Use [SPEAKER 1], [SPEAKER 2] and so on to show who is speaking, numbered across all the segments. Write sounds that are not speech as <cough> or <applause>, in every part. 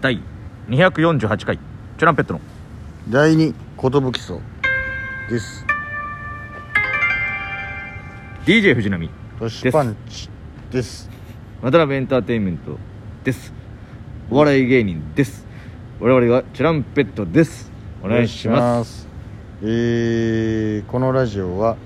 [SPEAKER 1] 第248回チュランペットの
[SPEAKER 2] 第二寿基礎です。
[SPEAKER 1] DJ 藤波
[SPEAKER 2] トシパンチです。
[SPEAKER 1] 渡辺エンターテインメントですお笑い芸人です我々がチュランペットですお
[SPEAKER 2] お
[SPEAKER 1] 願いします
[SPEAKER 2] す。えー、このラジオは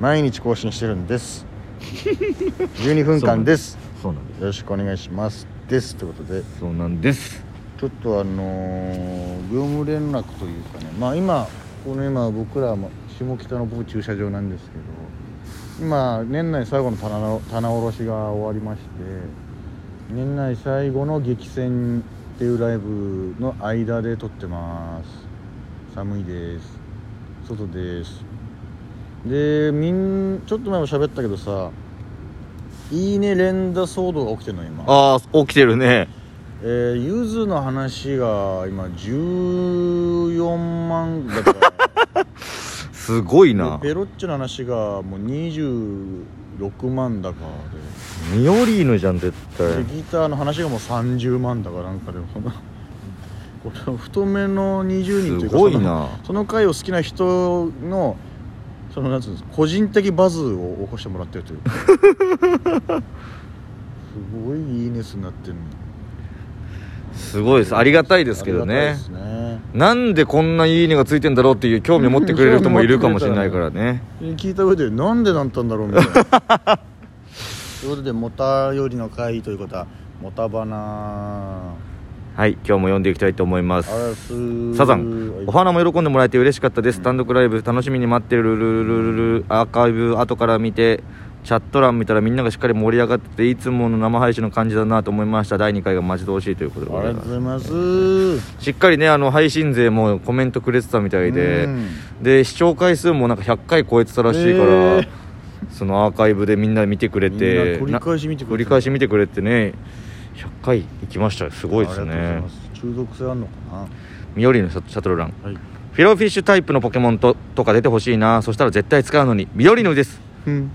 [SPEAKER 2] 毎日更新してるん
[SPEAKER 1] <laughs>
[SPEAKER 2] です。12分間です。
[SPEAKER 1] そうなんです
[SPEAKER 2] よろしくお願いします。ですということで、
[SPEAKER 1] そうなんです
[SPEAKER 2] ちょっとあのー業務連絡というかね、まあ今この今僕らも下北の某駐車場なんですけど、今年内最後の棚の棚卸しが終わりまして、年内最後の激戦っていうライブの間で撮ってます。寒いです。外です。で、みんちょっと前も喋ったけどさ、いいね連打騒動が起きてるの今。
[SPEAKER 1] ああ起きてるね
[SPEAKER 2] えー、ゆずの話が今14万だか
[SPEAKER 1] すごい
[SPEAKER 2] ら
[SPEAKER 1] な
[SPEAKER 2] でペロッチョの話がもう26万だか
[SPEAKER 1] ミオリーヌじゃん絶
[SPEAKER 2] で,、
[SPEAKER 1] 対
[SPEAKER 2] でギターの話がもう30万だかなんかでもそのこれ太めの20人と
[SPEAKER 1] す
[SPEAKER 2] いうか
[SPEAKER 1] ごい
[SPEAKER 2] その
[SPEAKER 1] な
[SPEAKER 2] その回を好きな人のそのなんつうんですか個人的バズを起こしてもらって
[SPEAKER 1] <laughs>
[SPEAKER 2] るというかすごいいいね数になってる
[SPEAKER 1] すごいですありがたいですけど
[SPEAKER 2] ありがたい
[SPEAKER 1] ね
[SPEAKER 2] ですね
[SPEAKER 1] なんでこんないいねがついてんだろうっていう興味を持ってくれる人もいるかもしれないからね
[SPEAKER 2] 聞いた上でなんでなったんだろうみたいな <laughs> ということで「もたよりの会」ということは「もたばな
[SPEAKER 1] はい今日も読んでいきたいと思いま」す
[SPEAKER 2] あらす
[SPEAKER 1] サザンお花も喜んでもらえて嬉しかったです
[SPEAKER 2] うん
[SPEAKER 1] 単独ライブ楽しみに待ってるるるるるるアーカイブ後から見てチャット欄見たらみんながしっかり盛り上がってていつもの生配信の感じだなと思いました第2回が待ち遠しいということでご
[SPEAKER 2] あ
[SPEAKER 1] ざ
[SPEAKER 2] り
[SPEAKER 1] い
[SPEAKER 2] がとう
[SPEAKER 1] ま
[SPEAKER 2] ご
[SPEAKER 1] す
[SPEAKER 2] ざいます
[SPEAKER 1] しっかりねあの配信勢もコメントくれてたみたいで、
[SPEAKER 2] うん
[SPEAKER 1] で視聴回数もなんか100回超えてたらしいから、
[SPEAKER 2] へー
[SPEAKER 1] そのアーカイブでみんな見てくれて
[SPEAKER 2] みんな繰り返し見てく
[SPEAKER 1] な
[SPEAKER 2] れて
[SPEAKER 1] 繰り返し見てくれてね100回行きましたよすごいです
[SPEAKER 2] ありがと
[SPEAKER 1] ね
[SPEAKER 2] うございます中毒性あんのか
[SPEAKER 1] ミオリーヌシャシャトルラン
[SPEAKER 2] なはい
[SPEAKER 1] フィロフィッシュタイプのポケモンととか出てほしいなそしたら絶対使うのにミオリーヌです
[SPEAKER 2] うん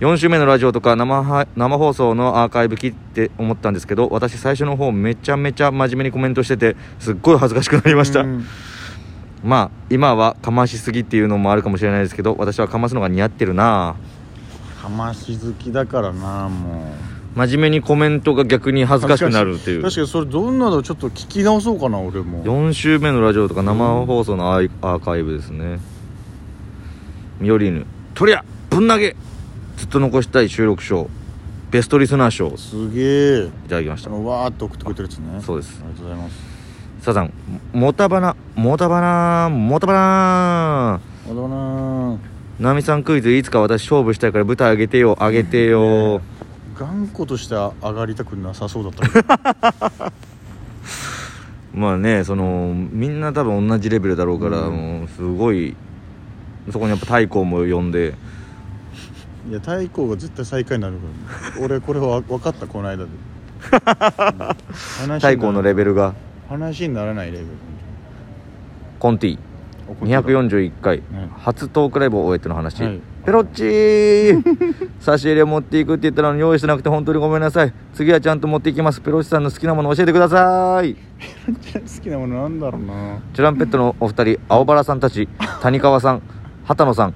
[SPEAKER 1] 4週目のラジオとか生は生放送のアーカイブ切って思ったんですけど私最初の方めちゃめちゃ真面目にコメントしててすっごい恥ずかしくなりました、
[SPEAKER 2] うん
[SPEAKER 1] まあ今はかましすぎっていうのもあるかもしれないですけど私はかますのが似合ってるな
[SPEAKER 2] かまし好きだからなもう
[SPEAKER 1] 真面目にコメントが逆に恥ずかしくなるっていう
[SPEAKER 2] 確かにそれどんなのちょっと聞き直そうかな俺も
[SPEAKER 1] 4週目のラジオとか生放送のアイアーカイブですねミオリーヌとりゃぶん投げずっと残したい収録賞ベストリスナー賞い
[SPEAKER 2] すげえ
[SPEAKER 1] ただきまし
[SPEAKER 2] あ
[SPEAKER 1] た
[SPEAKER 2] のわーっと送ってくれてるやつね
[SPEAKER 1] そうです
[SPEAKER 2] ありがとうございます
[SPEAKER 1] サザンモタバナモタバナモタバナ
[SPEAKER 2] あだな
[SPEAKER 1] ナミさんクイズいつか私勝負したいから舞台上げてよ上げて
[SPEAKER 2] <laughs>
[SPEAKER 1] よ、
[SPEAKER 2] 頑固として上がりたくなさそうだっ
[SPEAKER 1] <laughs>
[SPEAKER 2] たけど
[SPEAKER 1] まあねそのみんな多分同じレベルだろうから、
[SPEAKER 2] うん
[SPEAKER 1] もうすごいそこにやっぱ太閤も呼んで
[SPEAKER 2] いや太鼓が絶対最下位になるから、俺これは分かったこの間で
[SPEAKER 1] 太閤のレ
[SPEAKER 2] ベ
[SPEAKER 1] ベ
[SPEAKER 2] ル
[SPEAKER 1] ルが
[SPEAKER 2] 話にならないレベル
[SPEAKER 1] コンティ241回、
[SPEAKER 2] うん
[SPEAKER 1] 初トークライブを終えての話、
[SPEAKER 2] はい
[SPEAKER 1] ペロッチー <laughs> 差し入れを持っていくって言ったのに用意してなくて本当にごめんなさい次はちゃんと持っていきますペロッチさんの好きなもの教えてください
[SPEAKER 2] 好きなものなんだろうな
[SPEAKER 1] チュランペットのお二人青原さんた
[SPEAKER 2] <laughs>
[SPEAKER 1] ち谷川さん畑野さん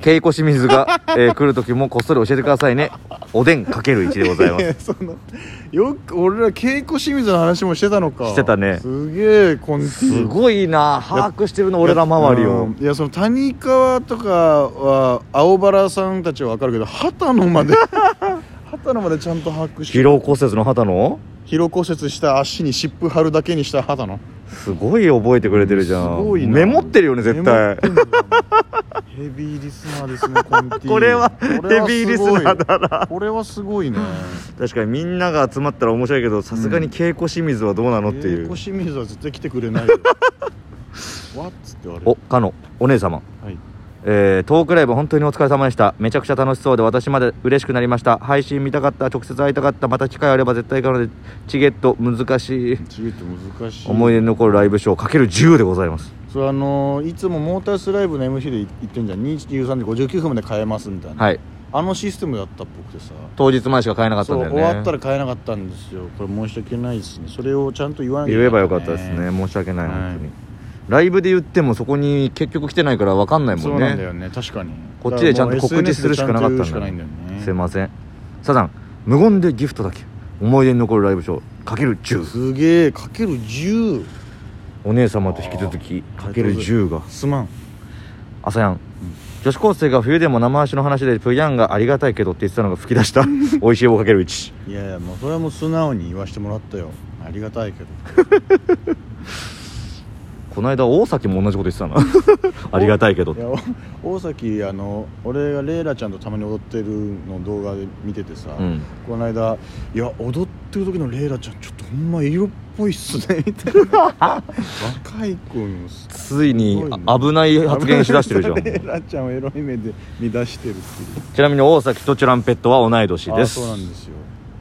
[SPEAKER 1] 稽古清水が、えー来る時もこっそり教えてくださいねおでんかける1でございます
[SPEAKER 2] やそのよく俺ら稽古清水の話もしてたのか
[SPEAKER 1] してたね
[SPEAKER 2] すげえコンティ
[SPEAKER 1] すごいな把握してるの俺ら周りを
[SPEAKER 2] うんいやその谷川とかは青原さんたちは分かるけど畑
[SPEAKER 1] <laughs>
[SPEAKER 2] 野まで畑野までちゃんと把握して
[SPEAKER 1] 疲労骨折の肌の
[SPEAKER 2] 疲労骨折した足に湿布貼るだけにした肌の
[SPEAKER 1] すごい覚えてくれてるじゃん
[SPEAKER 2] すごいな
[SPEAKER 1] メモってるよね絶対
[SPEAKER 2] メモってんだなヘビーリスナーですねコンティ
[SPEAKER 1] これは
[SPEAKER 2] これは
[SPEAKER 1] ヘビーリスナー
[SPEAKER 2] だなこれはすごいね
[SPEAKER 1] 確かにみんなが集まったら面白いけどさすがに稽古清水はどうなのってい
[SPEAKER 2] 英
[SPEAKER 1] う
[SPEAKER 2] 子清水は絶対来てくれな
[SPEAKER 1] <laughs>
[SPEAKER 2] いよわっつって言われ
[SPEAKER 1] お
[SPEAKER 2] る
[SPEAKER 1] かのお姉様
[SPEAKER 2] はい
[SPEAKER 1] えートークライブ本当にお疲れ様でしためちゃくちゃ楽しそうで私まで嬉しくなりました配信見たかった直接会いたかったまた機会あれば絶対行くのでチゲット難しい
[SPEAKER 2] ちょっと難しい
[SPEAKER 1] 思い出に残るライブショーかける10でございます
[SPEAKER 2] それあのーいつもモータースライブの MC で言ってんじゃん2 9 3で59分まで変えますみたいな、
[SPEAKER 1] はい
[SPEAKER 2] あのシステムだったっぽくてさ
[SPEAKER 1] 当日前しか買えなかった
[SPEAKER 2] そ
[SPEAKER 1] ん
[SPEAKER 2] う
[SPEAKER 1] だよ
[SPEAKER 2] 終わったら
[SPEAKER 1] ね
[SPEAKER 2] 買えなかったんですよこれ申し訳ないですねそれをちゃんと言わなきゃ
[SPEAKER 1] 言えばよかったですね申し訳ない
[SPEAKER 2] はい
[SPEAKER 1] 本当にライブで言ってもそこに結局来てないから分かんないも
[SPEAKER 2] そ
[SPEAKER 1] ん
[SPEAKER 2] うなんだよ
[SPEAKER 1] ね
[SPEAKER 2] ね確かに
[SPEAKER 1] こっちでちゃんと告知するしかなかったんだ
[SPEAKER 2] SNS でちゃと言うしかないんだよね
[SPEAKER 1] すいませんサザン無言でギフトだけ思い出に残るライブショーかける10
[SPEAKER 2] すげえかける10
[SPEAKER 1] お姉様と引き続き
[SPEAKER 2] あー
[SPEAKER 1] かける10が
[SPEAKER 2] すまん
[SPEAKER 1] 朝やん、女子高生が冬でも生足の話でプヤンがありがたいけどって言ってたのが吹き出した
[SPEAKER 2] <laughs>
[SPEAKER 1] 美味しい棒かける1
[SPEAKER 2] いやいやもうそれはもう素直に言わしてもらったよありがたいけど
[SPEAKER 1] この間大崎も同じこと言ってたな
[SPEAKER 2] <laughs>
[SPEAKER 1] ありがたいけど
[SPEAKER 2] いやお大崎あの俺がレイラちゃんとたまに踊ってるの動画で見ててさ、
[SPEAKER 1] うん
[SPEAKER 2] この間「いや踊ってる時のレイラちゃんちょっとほんま色っぽいっすね」みたいな若い子のす
[SPEAKER 1] つい
[SPEAKER 2] す
[SPEAKER 1] に
[SPEAKER 2] ごいね
[SPEAKER 1] あ危ない発言しだしてるじゃ
[SPEAKER 2] レイ
[SPEAKER 1] ん
[SPEAKER 2] ラちゃんをエロい目で見出してるっていう
[SPEAKER 1] ちなみに大崎とチュランペットは同い年で
[SPEAKER 2] あ
[SPEAKER 1] す
[SPEAKER 2] そうなんですよ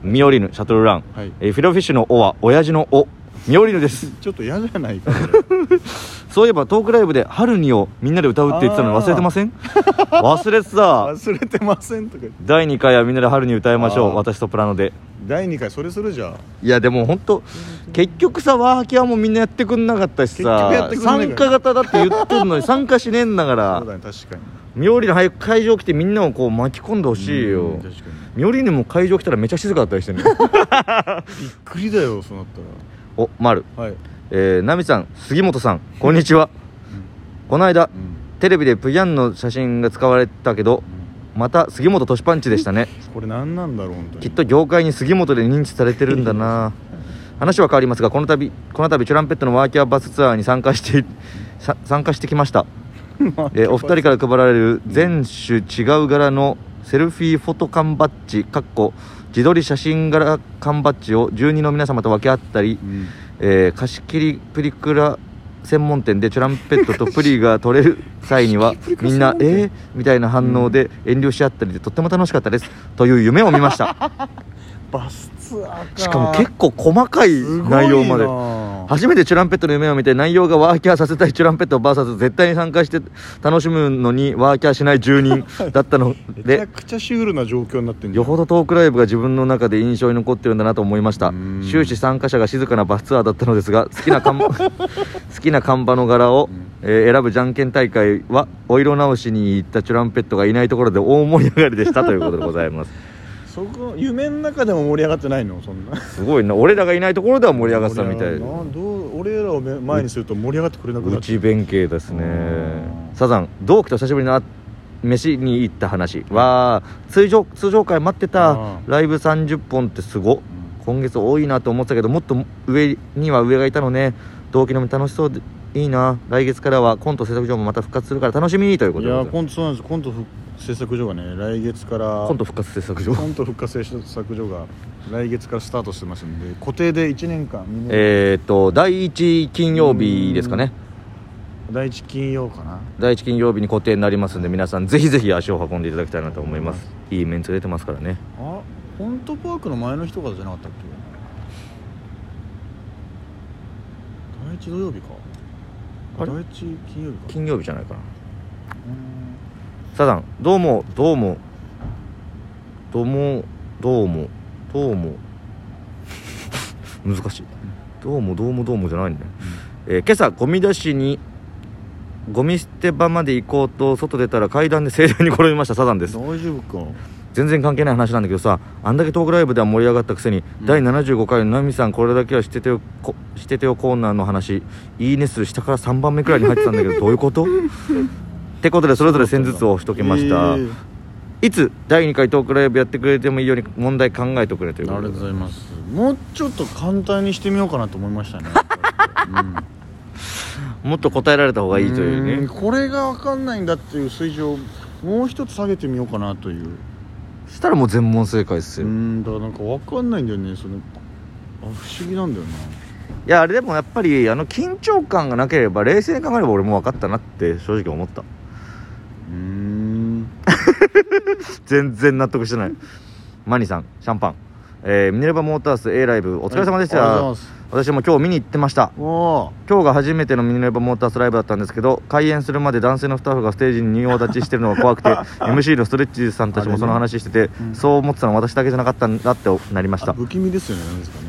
[SPEAKER 1] ミオリヌシャトルラン、
[SPEAKER 2] はい
[SPEAKER 1] えーフィロフィッシュの「お」は親父の「お」ミオリヌです
[SPEAKER 2] ちょっと嫌じゃないかこれ
[SPEAKER 1] そういえばトークライブで「春に」をみんなで歌うって言ってたのに忘れてませ
[SPEAKER 2] <laughs>
[SPEAKER 1] ん忘れてた
[SPEAKER 2] 忘れてませんとか言って
[SPEAKER 1] 第2回はみんなで春に歌いましょ
[SPEAKER 2] あ
[SPEAKER 1] う
[SPEAKER 2] ー
[SPEAKER 1] 私とプラノで
[SPEAKER 2] 第2回それするじゃん
[SPEAKER 1] いやでも本当結局さワーキャーもみんなやってくんなかったし
[SPEAKER 2] 結局や
[SPEAKER 1] さ
[SPEAKER 2] ってくんない
[SPEAKER 1] 参加型だって言ってんのに参加しねえんだか
[SPEAKER 2] そう
[SPEAKER 1] ら
[SPEAKER 2] だね確かに
[SPEAKER 1] ミオリヌ早く会場来てみんなをこう巻き込んでほしい
[SPEAKER 2] うん
[SPEAKER 1] よ
[SPEAKER 2] 確かに
[SPEAKER 1] ミオリヌも会場来たらめちゃ静かだったりしてね
[SPEAKER 2] びっくりだよそうなった
[SPEAKER 1] おマル
[SPEAKER 2] らはい、
[SPEAKER 1] えー、ナミさん杉本さんこんにちはこの間
[SPEAKER 2] うんうん
[SPEAKER 1] テレビでプギャンの写真が使われたけどまた杉本トシパンチでしたね
[SPEAKER 2] これ何なんだろう本当に
[SPEAKER 1] きっと業界に杉本で認知されてるんだな話は変わりますがこの度この度チュランペットのワーキャーバスツアーに参加してさ参加してきました、えーお二人から配られる全種違う柄のセルフィーフォト缶バッジかっこ自撮り写真柄缶バッジを住人の皆様と分け合ったり、
[SPEAKER 2] うん
[SPEAKER 1] えー貸し切りプリクラ専門店でチュランペットとプリが取れる際には <laughs> みんな「えー?」みたいな反応で遠慮し合ったりでとっても楽しかったですという夢を見ました <laughs>
[SPEAKER 2] バスツアーか
[SPEAKER 1] しかも結構細かい内容まで
[SPEAKER 2] で
[SPEAKER 1] 初めてチュランペットの夢を見て内容がワーキャーさせたいチュランペット VS 絶対に参加して楽しむのにワーキャーしない住人だった <laughs> の
[SPEAKER 2] めちゃ
[SPEAKER 1] で
[SPEAKER 2] くちゃシュールな状況になってんじゃ
[SPEAKER 1] よ
[SPEAKER 2] ん
[SPEAKER 1] ほどトークライブが自分の中で印象に残ってるんだなと思いました
[SPEAKER 2] うん
[SPEAKER 1] 終始参加者が静かなバスツアーだったのですが好きな <laughs> 看好きな看板の柄を、えー選ぶじゃんけん大会はお色直しに行ったチュランペットがいないところで大盛り上がりでしたということでございます
[SPEAKER 2] そこ夢の中でも盛り上がってないのそんな
[SPEAKER 1] <laughs> すごいな俺らがいないところでは盛り上がってたみたい
[SPEAKER 2] 盛り上がるなどう俺らを目前にすると盛り上がってくれなくなっちゃ
[SPEAKER 1] 内弁慶ですね
[SPEAKER 2] うん
[SPEAKER 1] サザン同期と久しぶりのあ飯に行った話わあ通常通常回待ってた
[SPEAKER 2] うん
[SPEAKER 1] ライブ30本ってすご
[SPEAKER 2] う
[SPEAKER 1] 今月多いなと思ってたけどもっと上には上がいたのね同期のみ楽しそうでいいな来月からはコント制作所もまた復活するから楽しみというこ
[SPEAKER 2] い
[SPEAKER 1] とでござ
[SPEAKER 2] や
[SPEAKER 1] います
[SPEAKER 2] コントそうなんですコント復制作所がね来月から
[SPEAKER 1] コント復活制作所
[SPEAKER 2] コント復活制作所が来月からスタートしてますんで固定で1年間みんな
[SPEAKER 1] えーっと第1金曜日ですかね
[SPEAKER 2] 第1金曜かな
[SPEAKER 1] 第1金曜日に固定になりますんで皆さんぜひぜひ足を運んでいただきたいなと思いますいいメンツ出てますからね
[SPEAKER 2] あコントパークの前の日とかじゃなかったっけ第一土曜日か
[SPEAKER 1] あれ
[SPEAKER 2] 第一金曜日か
[SPEAKER 1] 金曜日じゃないかな
[SPEAKER 2] うーん
[SPEAKER 1] サザンどうもどうもどうもどうもどうも <laughs> 難しいどうもどうもどうもじゃないんだよ、えー今朝ゴミ出しにゴミ捨て場まで行こうと外出たら階段で盛大に転びましたサザンです
[SPEAKER 2] 大丈夫か
[SPEAKER 1] 全然関係ない話なんだけどさあんだけトークライブでは盛り上がったくせに、
[SPEAKER 2] うん
[SPEAKER 1] 第75回のナミさんこれだけはしててよこしててよコーナーの話いいね数下から3番目くらいに入ってたんだけどどういう
[SPEAKER 2] <laughs>
[SPEAKER 1] ことってことでそれぞれ戦術をしときました、
[SPEAKER 2] えー
[SPEAKER 1] いつ第2回トークライブやってくれてもいいように問題考えてくれと
[SPEAKER 2] あ
[SPEAKER 1] いう
[SPEAKER 2] り
[SPEAKER 1] こと
[SPEAKER 2] がとうご
[SPEAKER 1] で
[SPEAKER 2] ざいますもうちょっと簡単にしてみようかなと思いました
[SPEAKER 1] <laughs>
[SPEAKER 2] ね、
[SPEAKER 1] もっと答えられた方
[SPEAKER 2] う
[SPEAKER 1] がいいというね
[SPEAKER 2] ーんこれが分かんないんだっていう水準をもう一つ下げてみようかなという
[SPEAKER 1] そしたらもう全問正解です
[SPEAKER 2] う
[SPEAKER 1] よ、い
[SPEAKER 2] んだからなんか分かんないんだよねそのあ不思議なんだよな
[SPEAKER 1] やあれでもやっぱりあの緊張感がなければ冷静に考えれば俺もう分かったなって正直思った
[SPEAKER 2] うーん
[SPEAKER 1] 全然納得してないマニさんシャンパンえーミネルヴァモータース A ライブお疲れ様でした、
[SPEAKER 2] はいありがとうござい
[SPEAKER 1] 私も今日見に行ってました
[SPEAKER 2] おお
[SPEAKER 1] 今日が初めてのミネルヴァモータースライブだったんですけど開演するまで男性のスタッフがステージに仁王立ちしてるのが怖
[SPEAKER 2] <laughs>
[SPEAKER 1] くて MC のストレッチーズさんたちもその話してて、
[SPEAKER 2] あれねうん
[SPEAKER 1] そう思ってたの私だけじゃなかったんだってなりました
[SPEAKER 2] 不気味ですよねなんですかね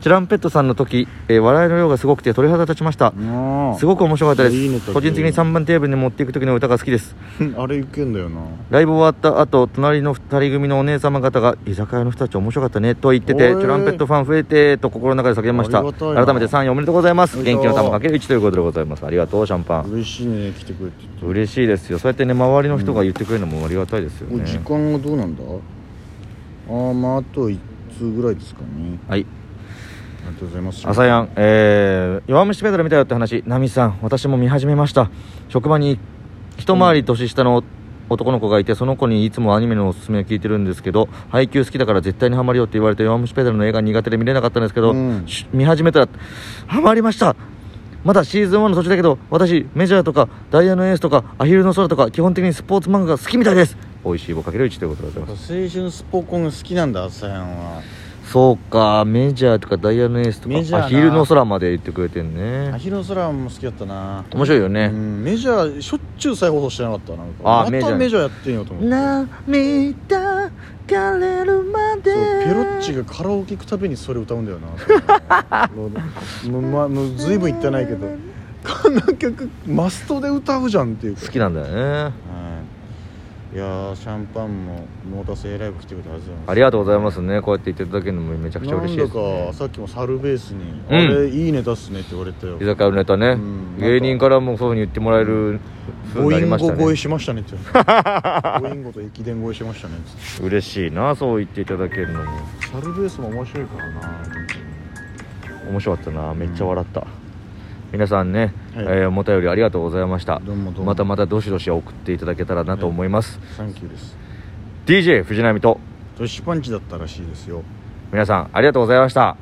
[SPEAKER 1] チュランペットさんの時、えー笑いの量がすごくて鳥肌立ちました
[SPEAKER 2] おー
[SPEAKER 1] すごく面白かったです
[SPEAKER 2] いいね時々
[SPEAKER 1] 個人的に3番テーブルに持っていく時の歌が好きです
[SPEAKER 2] あれいけんだよな
[SPEAKER 1] ライブ終わった後隣の2人組のお姉様方が居酒屋の人たち面白かったねと言ってて
[SPEAKER 2] おい
[SPEAKER 1] トランペットファン増えてと心の中で叫びました
[SPEAKER 2] ありがたいな
[SPEAKER 1] 改めて3位おめでとうございます
[SPEAKER 2] おめでと
[SPEAKER 1] 元
[SPEAKER 2] う
[SPEAKER 1] 気の玉かける1ということでございますありがとうシャンパン
[SPEAKER 2] 嬉しいね来てくれって言って
[SPEAKER 1] 嬉しいですよそうやってね周りの人が言ってくれるのもありがたいですよ
[SPEAKER 2] お時
[SPEAKER 1] ね、
[SPEAKER 2] 間はどうなんだあーまああと1通ぐらいですかね
[SPEAKER 1] はい
[SPEAKER 2] ありがとうございます
[SPEAKER 1] 朝やん、えー、弱虫ペダル見たよって話ナミさん私も見始めました職場に一回り年下の男の子がいてその子にいつもアニメのおすすめを聞いてるんですけど配給好きだから絶対にハマるよって言われて弱虫ペダルの映画苦手で見れなかったんですけど、
[SPEAKER 2] うん
[SPEAKER 1] し見始めたらハマりましたまだシーズン1の途中だけど私メジャーとかダイヤのエースとかアヒルの空とか基本的にスポーツ漫画が好きみたいです美味しい棒かける1ということでございます
[SPEAKER 2] 青春スポコンが好きなんだ朝やんは
[SPEAKER 1] そうかメジャーとかダイヤのエースと
[SPEAKER 2] メジャ
[SPEAKER 1] か
[SPEAKER 2] ーな
[SPEAKER 1] アヒルの空まで言ってくれてんね
[SPEAKER 2] アヒルの空も好きだったな、
[SPEAKER 1] 面白いよ
[SPEAKER 2] う
[SPEAKER 1] ね、
[SPEAKER 2] ん、メジャーしょっちゅう再放送してなかったなんか
[SPEAKER 1] あー
[SPEAKER 2] また
[SPEAKER 1] メジャー
[SPEAKER 2] メジャーやってんよと思って
[SPEAKER 1] 涙がれるまで
[SPEAKER 2] そうペロッチがカラオケ行くたびにそれ歌うんだよ <laughs> なもうもうまもう随分言ってないけどこの曲マストで歌うじゃんっていう
[SPEAKER 1] 好きなんだよね
[SPEAKER 2] はいいやーシャンパンもモーターセーライブ来てくれてありがとうございま
[SPEAKER 1] あ
[SPEAKER 2] す
[SPEAKER 1] りがとうございますねこうやって言っていただけるのもめちゃくちゃ嬉しいです、
[SPEAKER 2] なんだ
[SPEAKER 1] ね
[SPEAKER 2] か、さっきもサルベースに、
[SPEAKER 1] うん
[SPEAKER 2] あれいいネタっすねって言われたよ
[SPEAKER 1] 居酒屋のネタね、
[SPEAKER 2] うん
[SPEAKER 1] 芸人からもそういうふうに言ってもらえる風に
[SPEAKER 2] ボ
[SPEAKER 1] な
[SPEAKER 2] イ
[SPEAKER 1] り
[SPEAKER 2] ン
[SPEAKER 1] ま
[SPEAKER 2] ゴ
[SPEAKER 1] した
[SPEAKER 2] 超え
[SPEAKER 1] ね
[SPEAKER 2] しましたね <laughs> って言われたボインゴと駅伝超えしましたねって
[SPEAKER 1] 嬉しいなそう言っていただけるのも
[SPEAKER 2] サルベースも面白いからな
[SPEAKER 1] 面白かったなめっちゃ笑った、皆さんね、
[SPEAKER 2] はい
[SPEAKER 1] えー、お便りありがとうございました
[SPEAKER 2] どうもどうも
[SPEAKER 1] またまたどしどし送っていただけたらなと思います、
[SPEAKER 2] サンキューです
[SPEAKER 1] DJ 藤波と
[SPEAKER 2] トシパンチだったらしいですよ
[SPEAKER 1] 皆さんありがとうございました